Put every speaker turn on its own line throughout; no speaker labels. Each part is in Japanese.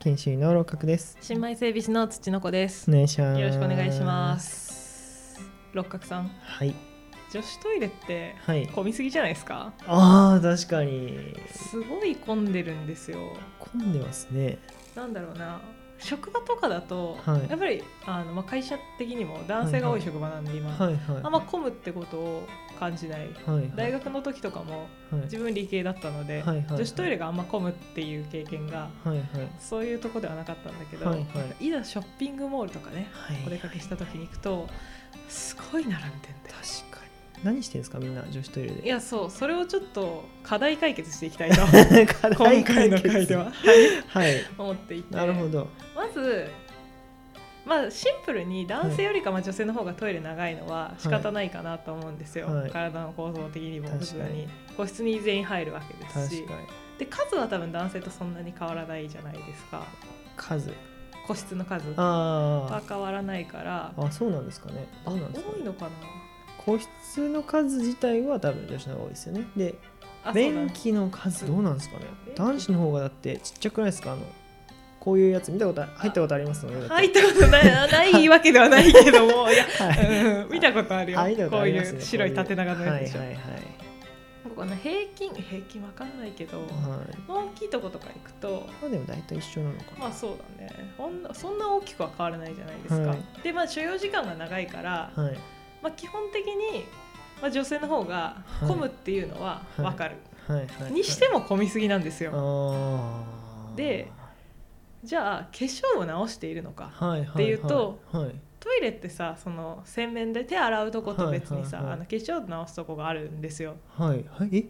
研修医の六角です。
新米整備士の土の子です。
お願いします。
よろしくお願いしま。す。六角さん、
はい。
女子トイレって
はい。
混みすぎじゃないですか。
ああ、確かに。
すごい混んでるんですよ。
混んでますね。
なんだろうな。職場とかだと、
はい
やっぱりあの、まあ、会社的にも男性が多い職場なんで今、
はいはい。
あんま混むってことを感じない
はいはい。
大学の時とかも
はい
自分理系だったので、
はいはいはい
女子トイレがあんま混むっていう経験が
はいはい。
そういうとこではなかったんだけど、、
はいはい
ざショッピングモールとかね
はい
お出かけした時に行くとすごい並んでんだよ
確かに。何してんですかみんな女子トイレ
い
で。
やそうそれをちょっと課題解決していき たいと
課題
今
解
回
決
の回では
はい。
思っていて
なるほど。
まずまあシンプルに男性よりかまあ女性の方がトイレ長いのはい仕方ないかなと思うんですよ、
はい
体の構造的にも
確
普
かに
通に個室に全員入るわけです
確
し
かに。
で数は多分男性とそんなに変わらないじゃないですか
数。
個室の数は
あ
変わらないから
あ。あ、そうなんですかね。どうなんですか
多いのかな
個室の数自体は多分女子の方が多いですよね。で、
あそうだ
便器の数どうなんですかね
うん
男子の方がだってちっちゃくないですかあのこういうやつ見たことあ入ったことありますもんねだって
入ったことないないわけではないけ どもいや、
はい
うん見たことあるよ
あ見た
こ
とあ
う
り
い
ますね
う白い縦長のやつでしょ、
はいはいはい
この平均平均わかんないけど、
はい
大きいとことか行くと
まあでも大体一緒なのかな
まあそうだねほんそんな大きくは変わらないじゃないですか、
はい
でまあ所要時間が長いから、
はい
まあ、基本的に、まあ、女性の方が
はい
混むっていうのは
はい
わかる、
はいはいはい
にしても混みすぎなんですよ、
あー
でじゃあ化粧を直しているのか、
はいはいは
っていうと
はい
トイレってさその洗面で手洗うとこと別にさ、
はいはいはい
あの化粧直すとこがあるんですよ
はいはいえ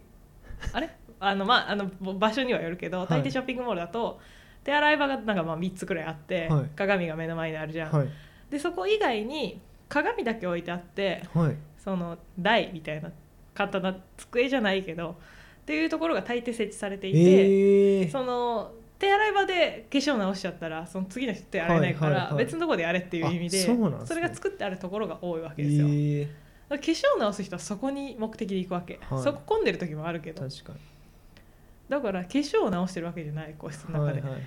あれあのまああのぼ場所にはよるけど
い
大抵ショッピングモールだと、手洗い場がなんかまあ3つくらいあって、
はい
鏡が目の前にあるじゃん、
はい
でそこ以外に鏡だけ置いてあって
はい
その台みたいな簡単な机じゃないけどっていうところが大抵設置されていて、
ええー、
その手洗い場で化粧直しちゃったらその次の人手洗えないから、
はいはいはい
別のとこでやれっていう意味で
あそうなんですね
それが作ってあるところが多いわ
え
けですよ。
ー、
化粧を直す人はそこに目的で行くわけ、
はい
そこ混んでる時もあるけど
確かに
だから化粧を直してるわけじゃない個室の
は
中
い
で、
はいはい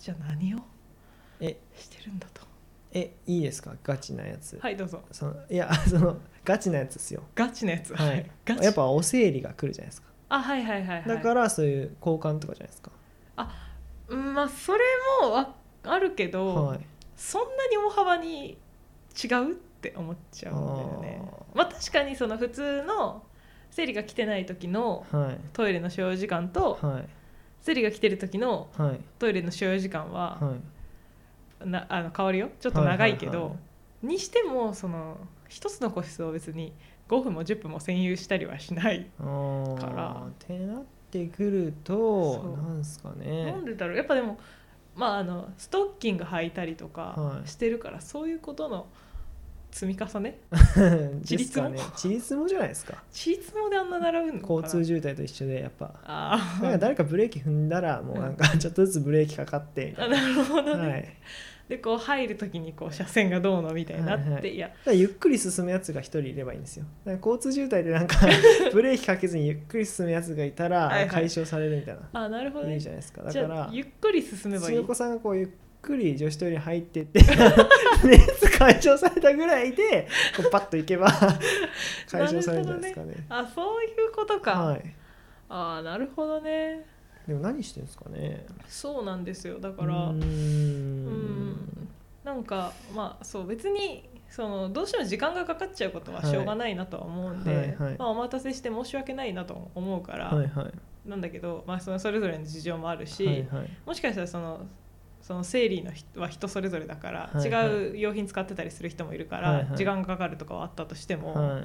じゃあ何を
え
してるんだと
えいいですかガチなやつ、
はいどうぞ
そのいや そのガチなやつですよ
ガチなやつ
はい
ガチ
やっぱお生理が来るじゃないですか
あはいはいはいはい
だからそういう交換とかじゃないですか。
うんまあそれもわあるけど、
はい。
そんなに大幅に違うって思っちゃうんだよね
あ
まあ確かにその普通の生理が来てない時の
はい。
トイレの所要時間と
はい。
生理が来てる時の
はい。
トイレの所要時間は、
はい。
なあの変わるよちょっと長いけど、
はいはいはい
にしてもその一つの個室を別に5分も10分も占有したりはしない、
ああ。
から
ってなってくる
そ
と
う、
なんすかね
なん。でだろうやっぱでもまああのストッキング履いたりとか
はい
してるから、そういうことの積み重ね
自立も
自立も。
自立もじゃないですか。
ちいつもであんな並ぶのかな
交通渋滞と一緒で、やっぱ。
あ
なんか
ー
誰かブレーキ踏んだら、もうなんかちょっとずつブレーキかかってみた
あ
いな。
なるほどね、
はい。だか
でこう入る時にこう車線がどうのみたいになって、
はい
い
はい
や
らゆっくり進むやつが一人いればいいんですよ。だから交通渋滞でなんか ブレーキかけずにゆっくり進むやつがいた
はいは
ら
い
解消されるみたいな。
あなるほど
い
ね
いじゃないですか。だ
じ
か
ゃ
ら
あ。ゆっくり進めばい
土
い
子さんがこうゆっくり女子トイレ入ってって 熱解消されたぐらいでこうパッと行けば 解消されるんじゃないですかね
あそういうことか、
はい
ああなるほどね
でも何してるんですかね
そうなんですよだか
う
ら
ー
うん
ん
なんかまあそう別にそのどうしても時間がかかっちゃうことはしょうがないなとは思うんで、
はいはい
まあ、お待たせして申し訳ないなと思うから、
はいはい
なんだけど、まあ、そのそれぞれの事情もあるし、
はいはい
もしかしたらそのその生理の人は人それぞれだから、
はいはい
違う用品使ってたりする人もいるから、
はいはい
時間がかかるとかはあったとしても、
はい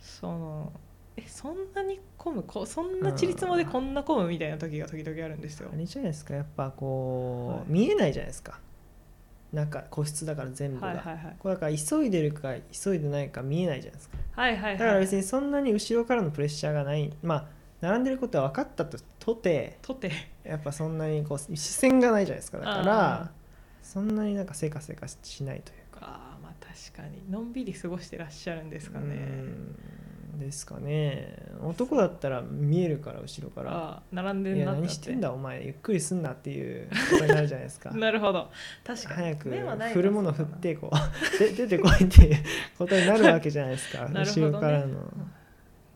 そのえそんなに混むこそんなちりつもでこんな混むみたいな時が時々あるんですよ
あ。れじゃないですかやっぱこう、
はい
見えないじゃないですかなんか個室だから全部が、
はいはいはい
これだから急いでるか急いでないか見えないじゃないですか
はいはいはい、
だから別にそんなに後ろからのプレッシャーがないまあ並んでることは分かったととて
とて
やっぱそんなにこう視線がないじゃないですかだか
あー
らそんなになんかせかせかしないという
あーまあ確かにのんびり過ごしてらっしゃるんです
か
かね
うーんですかね男だったら見えるから後ろから
あ並
「
んで
い
ん
や
な
何してんだお前ゆっくりすんな」って いうことになるじゃないですか
なるほど確かに
早く
目はないか
振るもの振ってこう で出てこいっていうことになるわけじゃないですか
なる
後
ほどね
ろからの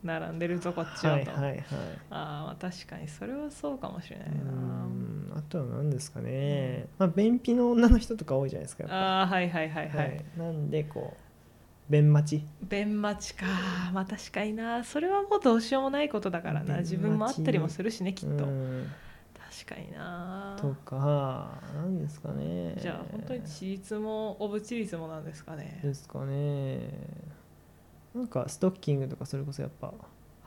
並んでるぞこっち
は
はいと、
はいはい
ああ確かにそれはそうかもしれないうな
ーんあとは何ですかねまあ便秘の女の人とか多いじゃないですかやっぱ
ああはいはいはいはい、
はいなんでこう便待ち
弁待ちかまあ確かになそれはもうどうしようもないことだからな
弁待ち
自分もあったりもするしねきっと、
うん
確かにな
とか何ですかね
じゃあ本当に地立もオブ地立もなんですかね
ですかねなんかストッキングとかそれこそやっぱ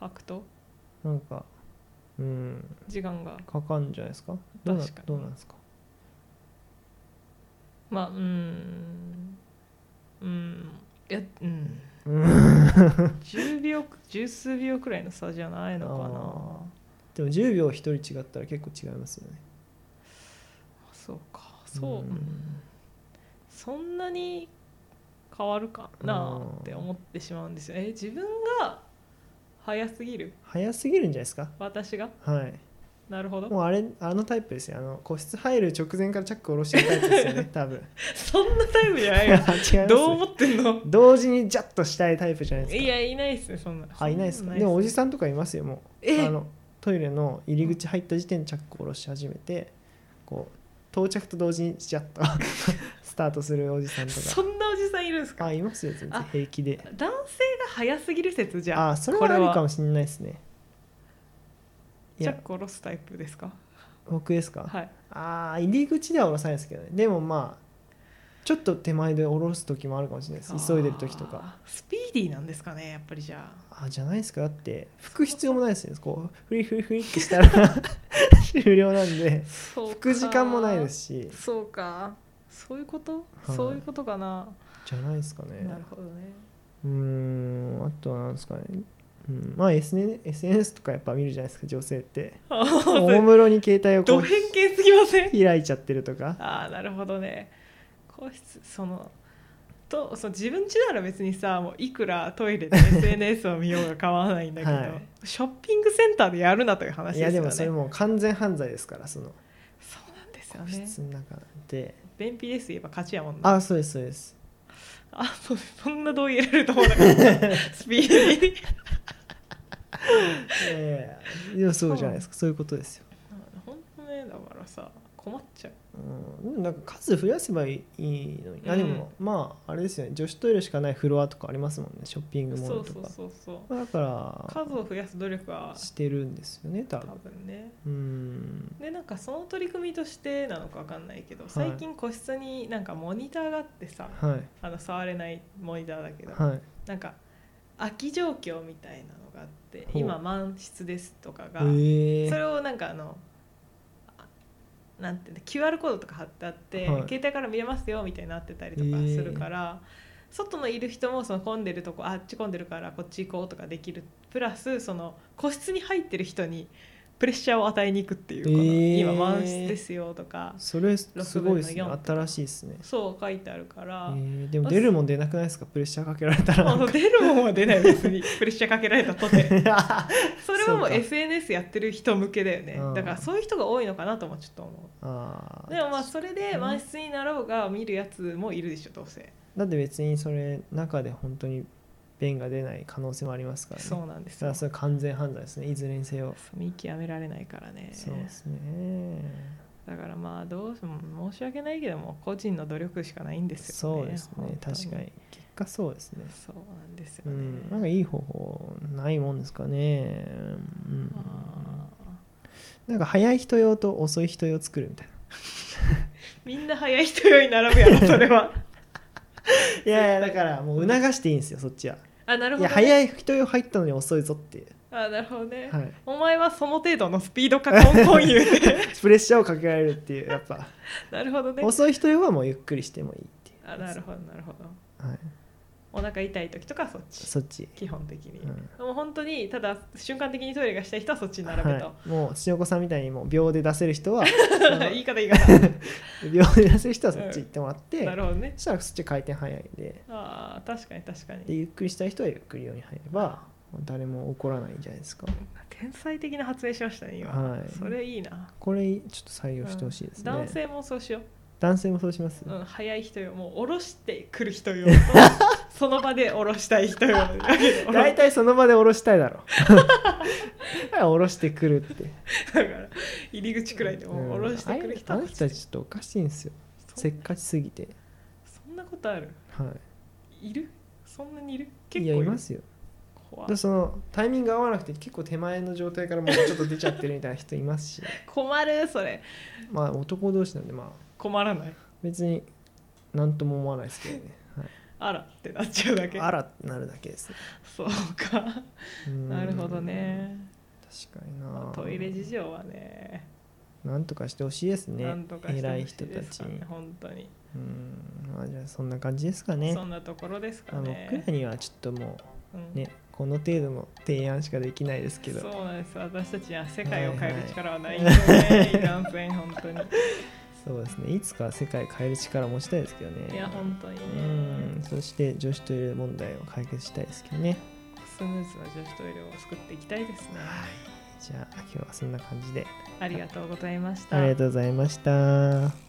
履くと
なんかうん
時間が
かかんじゃないですかどうな
確かに
どうなんですか
まあうーんうんいやうん10秒十数秒くらいの差じゃないのか
あ
な
でも10秒一人違ったら結構違いますよね
そうかそう、
うん
うんそんなに変わるかなあって思ってしまうんですよえ自分が早すぎる
早すぎるんじゃないですか
私が
はい
なるほど
もうあれあのタイプですよあの個室入る直前からチャック下ろしてるタイプですよ ね多分
そんなタイプじゃな い
違い
よ
ます
どう思ってんの
同時にジャッとしたいタイプじゃないですか
いやいないっすねそんな
あいないですかでもおじさんとかいますよもう
え
あのトイレの入り口入った時点でチャックを下ろし始めてこう到着と同時にジャッと スタートするおじさんと
そ
か
んなおじさんいるんですか
あいますよ全然
あ
平気で
男性が早すぎる説じゃ
あ
あ
それ
こ
はあるかもしれないですねい
チャ
や
ック下ろすタイプですか
僕ですか、
はい
あー入り口では下ろさないですけどねでもまあちょっと手前で下ろす時もあるかもしれないです急いでる時とか
あースピーディーなんですかねやっぱりじゃあ
あじゃないですかだって拭く必要もないですよこうフリフリフリってしたら 終了なんで
そう
拭く時間もないですし
そうかそういうこと、
はい
そういうことかな、
じゃないですかね
なるほどね
うーんあとはなんですかねうん、まあ SN SNS とかやっぱ見るじゃないですか女性って
あ
お
ー
もむろに携帯を
ド
こ
偏見すぎません
う開いちゃってるとか
ああなるほどね個室そのとその自分家なら別にさもういくらトイレで SNS を見ようが構わないんだけど、
はい
ショッピングセンターでやるなという話
い
で
や
す
で
よ
も
ね
それもう完全犯罪ですからその
そうなんですよ
個
ね
室の中で
便秘です言えば勝ちやもんなあ
あそうですそうです
そうそんな同意得られると思わなかったスピーディーに
ええいやそうじゃないですかそういうことですよ、
本当ねだからさ困っちゃう
うん、でもなんか数増やせばいいのにあでも、まああれですよね女子トイレしかないフロアとかありますもんねショッピングモー
そ
ル
う
と
そう
か
そうそう
だか
数を増やす努力は
らしてるんですよね多
多
分
分ね
うん
でなんかその取り組みとしてなのかわかんないけど最近個室になんかモニターがあってさ、
はい
あの触れないモニターだけど、
はい
なんか空き状況みたいなのがあって
ほう
今満室ですとかが、
ええ
それをなんかあのあなんていうの QR コードとか貼ってあって、
はい
携帯から見えますよみたいになってたりとかするから、外のいる人もその混んでるとこあっち混んでるからこっち行こうとかできるプラスその個室に入ってる人にプレッシャーを与えに行くっていうこの、
えー
今満室ですよとか
それすごいですね
6分の4
新しいですね
そう書いてあるから。
ええでも出るもん出なくないですかプレッシャーかけられ たら
あの出るもんは出ない別にプレッシャーかけられた とて それはも
そううか
SNS やってる人向けだよね
うん
だからそういう人が多いのかなともちょっと思
あ
う
ー
でもまあそれで満室になろうが見るやつもいるでしょどうせ
だって別にそれ中で本当に便が出ない可能性もありますからね
そうなんで
だ
す
か
よ
らそれ完全犯罪ですねいずれにせよ
見極められないからね
そうですね
だからまあどうしも申し訳ないけども個人の努力しかないんですよね
そうですね
本当
確かに結果そうですね
そうなんです
う
よね、
んなんかいい方法ないもんですかねうん
あー
なんか早い人用と遅い人用作るみたいな
みんな早い人より並ぶやろそれは
いやいやだからもう促していいんですよそっちは
あなる
い
ほど、
や
ね、
早い人用入ったのに遅いぞっていう
あなるほどね、
はい
お前はその程度のスピードかコンコン言うね
プレッシャーをかけられるっていうやっぱ
なるほどね
遅い人用はもうゆっくりしてもいいっていう
あなるほどなるほど
はい
お腹痛い時とかはそっち
そっち
基本的に、
うん
でも本当にただ瞬間的にトイレがしたい人はそっちに並べ と、
はい、もう土の子さんみたいにもう秒で出せる人 は
言い方言 い方
秒で出せる人はそっち行ってもらって、
なるほどね
そしたらそっち回転早いんで
あー確かに確か
で
に
ゆっくりしたい人はゆっくりように入れば誰も怒らないんじゃないですか
天才的な発明しましたね今、
はい
それいいな
これちょっと採用してほしいですね、
男性もそうしよ
男性もそうします、
う、うん、早い人よもう下ろしてく る人よその場で下ろしたい人よだけど
大体その場で下ろしたいだろ 下ろしてくるって
だから入り口くらいでもう下ろしてくる人
うんあの人たちちょっとおかしいんですよ
そ
せっかちすぎて
そんなことある
はい
るそんなにいる
い
結
い
構
や
い
い
る
ますよ
怖
でそのタイミング合わなくて結構手前の状態からもうちょっと出ちゃってるみたいな人いますし
困るそれ
まあ男同士なんでまあ
困らない
別に何とも思わないですけどね、は
あらってなっちゃうだ
い、
け
あらってなるだけですね
そうか
うん
なるほどね
確かにな、
まあトイレ事情はね
なんとかしてほしいですね
なんとかして
偉い
ほし
人
い
た
です
ち
か
に
ね本当に
うんまあじゃあそんな感じですかね
そんなところですか
まあ僕
ね
らにはちょっとも
うん
うねこの程度の提案しかできないですけど
そ
そう
なんです私たちには世界を
はい
変
は
え
い
る力はないんですね、いかんせん本当に
うですねいつかは世界変える力を持ちたいですけどね
いや本当にね
うんそして女子トイレ問題を解決したいですけどね
スムーズな女子トイレを作っていきたいですね
じゃあ今日はそんな感じで
ありがとうございました
ありがとうございました。